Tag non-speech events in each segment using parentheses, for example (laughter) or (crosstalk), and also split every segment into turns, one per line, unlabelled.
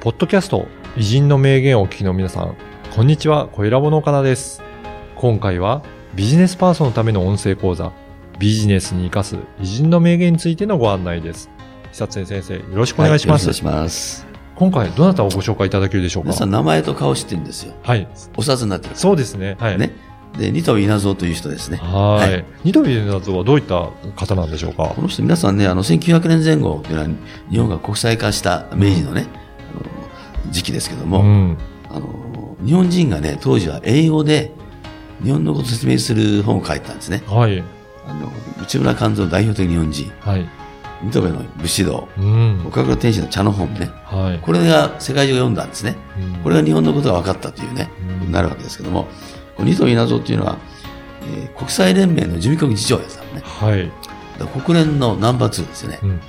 ポッドキャスト、偉人の名言をお聞きの皆さん、こんにちは、小ラボの岡田です。今回は、ビジネスパーソンのための音声講座、ビジネスに生かす偉人の名言についてのご案内です。久常先生、よろしくお願いします。
はいよろしくお願いします。
今回、どなたをご紹介いただけるでしょう
皆さ
か
ん名前と顔知ってるんですよ。
はい。
お札になってるか
そうですね。はい。
ら。ね。で、ニトビ稲造という人ですね。
は。
はい
ニトリの謎はどういった方なんでしょうか
この人皆さんね、あの、1900年前後っていうのは日本が国際化した明治のね、あの時期ですけど
う
も、
ん。
あの、日本人がね、当時は英語で日本のことを説明する本を書いてたんですね。
はい。
あの、内村勘三代表的日本人、
はい。
ニトビの武士道、
うん。
岡倉天使の茶の本ね。
はい。
これが世界中が読んだんですね。これ
は、
が日本のことが分かったというね、
うん
なるわけですけども、この二富稲造っていうのは、えー国際連盟の事務局次長やったのね。
はい。
だから国連のナンバー2ですよね
う。んうん。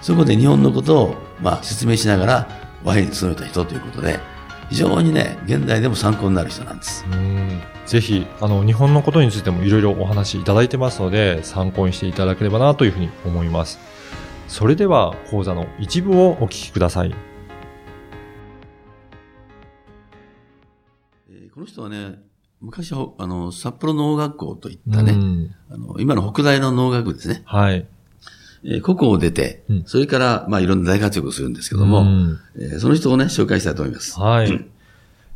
そこで日本のことを、まあ、説明しながら和平に努めた人ということで、非常にね、現代でも参考になる人なんです。
うんぜひ、あの、日本のことについてもいろいろお話しいただいてますので、参考にしていただければなというふうに思います。それでは、講座の一部をお聞きください。
えーこの人はね、昔は、あの、札幌農学校といったね、
うん
あの今の北大の農学部ですね、
はい。
えー、故郷を出て
うん、
それから、まあ、いろんな大活躍をするんですけども、
うん
えーその人をね、紹介したいと思います。
はい。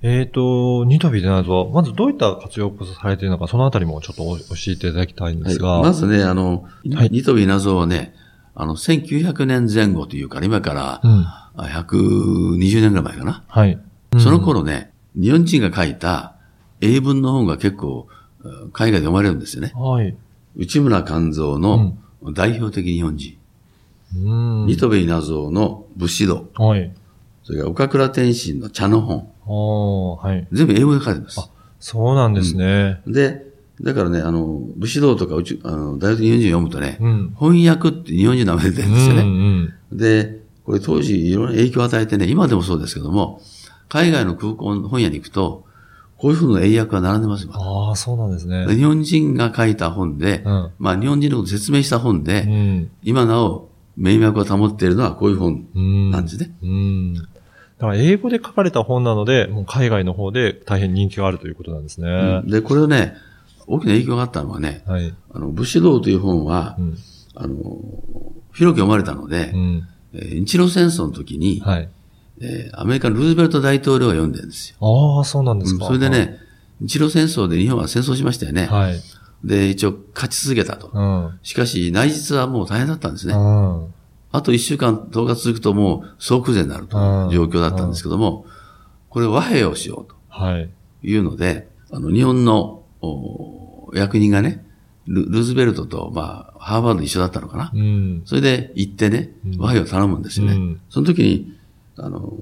えっ、と、ニトビでなると、まずどういった活用をされているのか、そのあたりもちょっとお教えていただきたいんですが。
はいまずね、あの、
はい
ニトビナゾはね、あの、1900年前後というから、今から
う、ん。
あ120年ぐらい前かな。
はい。
その頃ね、日本人が書いた英文の本が結構、うん海外で読まれるんですよね。
うん。はい。
内村勘三の代表的日本人、
うん。
ニトビナゾの武士道、
はい。
それから岡倉天心の茶の本、
ああ、はい。
全部英語で書いてます。
そうなんですね。
で、だからね、あの、武士道とか、うちあの、代表的日本人を読むとね、
うん。
翻訳って日本人の名前出てるんですよね。
うん
で、これ当時いろんな影響を与えてね、今でもそうですけども、海外の空港の本屋に行くと、こういうふうな英訳が並んでますよ。
ああ、そうなんですね。
で日本人が書いた本で、
うん。
まあ日本人のことを説明した本で、
うん。
今なお名脈を保っているのはこういう本
うん。
なんですね。
うん。だから英語で書かれた本なので、もう海外の方で大変人気があるということなんですね。
うんで、これをね、大きな影響があったのはね、
はい。
あの、武士道という本は
う、ん。
あの、広く読まれたので
う、ん。
えー日露戦争の時に、
はい。
えーアメリカのルーズベルト大統領が読んでるんですよ。
ああ、そうなんですか。
それでね、日露戦争で日本は戦争しましたよね。
はい。
で、一応勝ち続けたと。
うん。
しかし、内実はもう大変だったんです
う
ね。
ん。
あと一週間、10日続くともう総崩れになると
うん
いう状況だったんですけども、これ和平をしようと
はい。
いうので、あの、日本のお役人がね、ルルーズベルトと、まあ、ハーバード一緒だったのかな。
うん。
それで行ってね
うん、
和平を頼むんですよね。
うん
その時に、あの、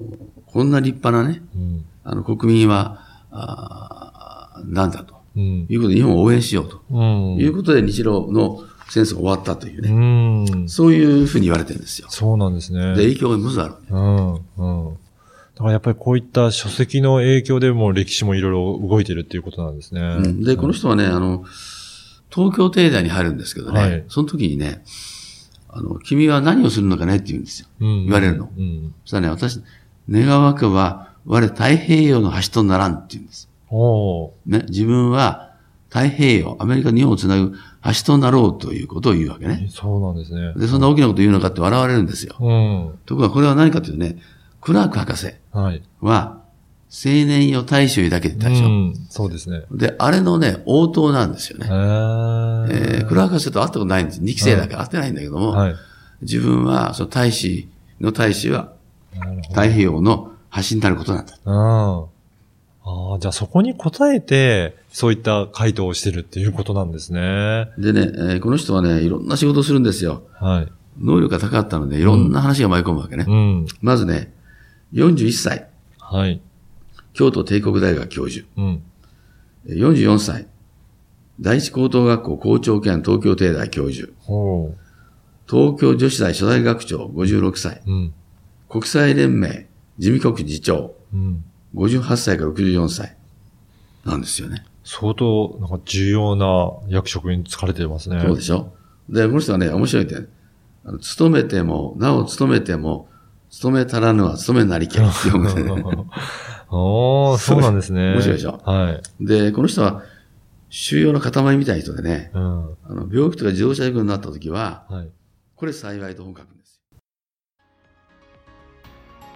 こんな立派なね、
うん。
あの、国民は、あーなんだと。
うん。
いうことで日本を応援しようと。
うん。
いうことで日露の戦争が終わったというね。
うん。
そういうふうに言われてるんですよ。
そうなんですね。
で、影響がむずある。
うん、うん。だからやっぱりこういった書籍の影響でもう歴史もいろいろ動いてるっていうことなんですね。
うんで、この人はね、あの、東京帝大に入るんですけどね、
はい
その時にね、あの、君は何をするのかねって言うんですよ。
うん
言われるの
うん。
そしたらね、私、願わくは、我太平洋の橋とならんって言うんです。
おー
ね、自分は太平洋、アメリカ日本をつなぐ橋となろうということを言うわけね。
そうなんですね。
で、そんな大きなこと言うのかって笑われるんですよ。
うん。
ところがこれは何かというとね、クラーク博士
はい。
は、青年よ大衆よだけで大
う
将。
ん。そうですね。
で、あれのね、応答なんですよ
え
ね。
ー
えー、クラーク博士と会ったことないんです。2期生だから会ってないんだけども、
はい。
自分は、その大使の大使は
なるほど。
太平洋の橋になることなんだ。
うん。ああ、じゃあそこに答えて、そういった回答をしてるっていうことなんですね。
でね、えーこの人はね、いろんな仕事をするんですよ。
はい。
能力が高かったので、いろんな話が舞い込むわけね。
うん。
まずね、41歳、
はい。
京都帝国大学教授。
うん。
えー44歳、第一高等学校校長兼東京帝大教授。
ほう。
東京女子大初代学長、56歳。
うん。
国際連盟事務局次長、
うん。
58歳から64歳。なんですよね。
相当、なんか重要な役職に疲れてますね。
そうで
(laughs)
しょで、この人はね、面白い点。あの勤めても、なお勤めても、勤めたらぬは勤めなりけって
(laughs)
読むんですね。
おー、そうなんですね。
面白いでしょ
はい。
で、この人は、収容の塊みたいな人でね、
うん。
あの病気とか自動車事故になった時は、
は
これ幸いと本書くんですよ。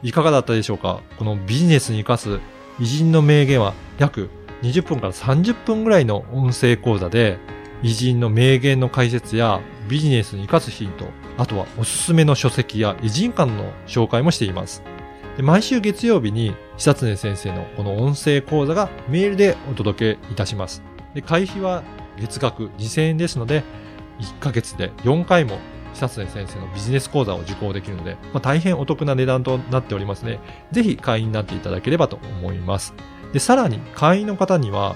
い。いかがだったでしょうかこのビジネスに生かす偉人の名言は約20分から30分ぐらいの音声講座で、偉人の名言の解説やビジネスに生かすヒント、あとはおすすめの書籍や偉人間の紹介もしています。で毎週月曜日に久常先生のこの音声講座がメールでお届けいたします。で会費は月額2000円ですので、1ヶ月で4回も久常先生のビジネス講座を受講できるので、まあ、大変お得な値段となっておりますね。ぜひ会員になっていただければと思います。で、さらに会員の方には、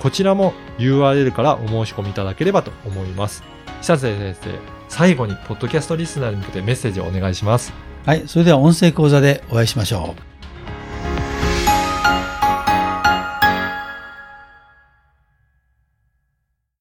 こちらも URL からお申し込みいただければと思います。久瀬先生、最後にポッドキャストリスナーに向けてメッセージをお願いします。
はい。それでは音声講座でお会いしましょう。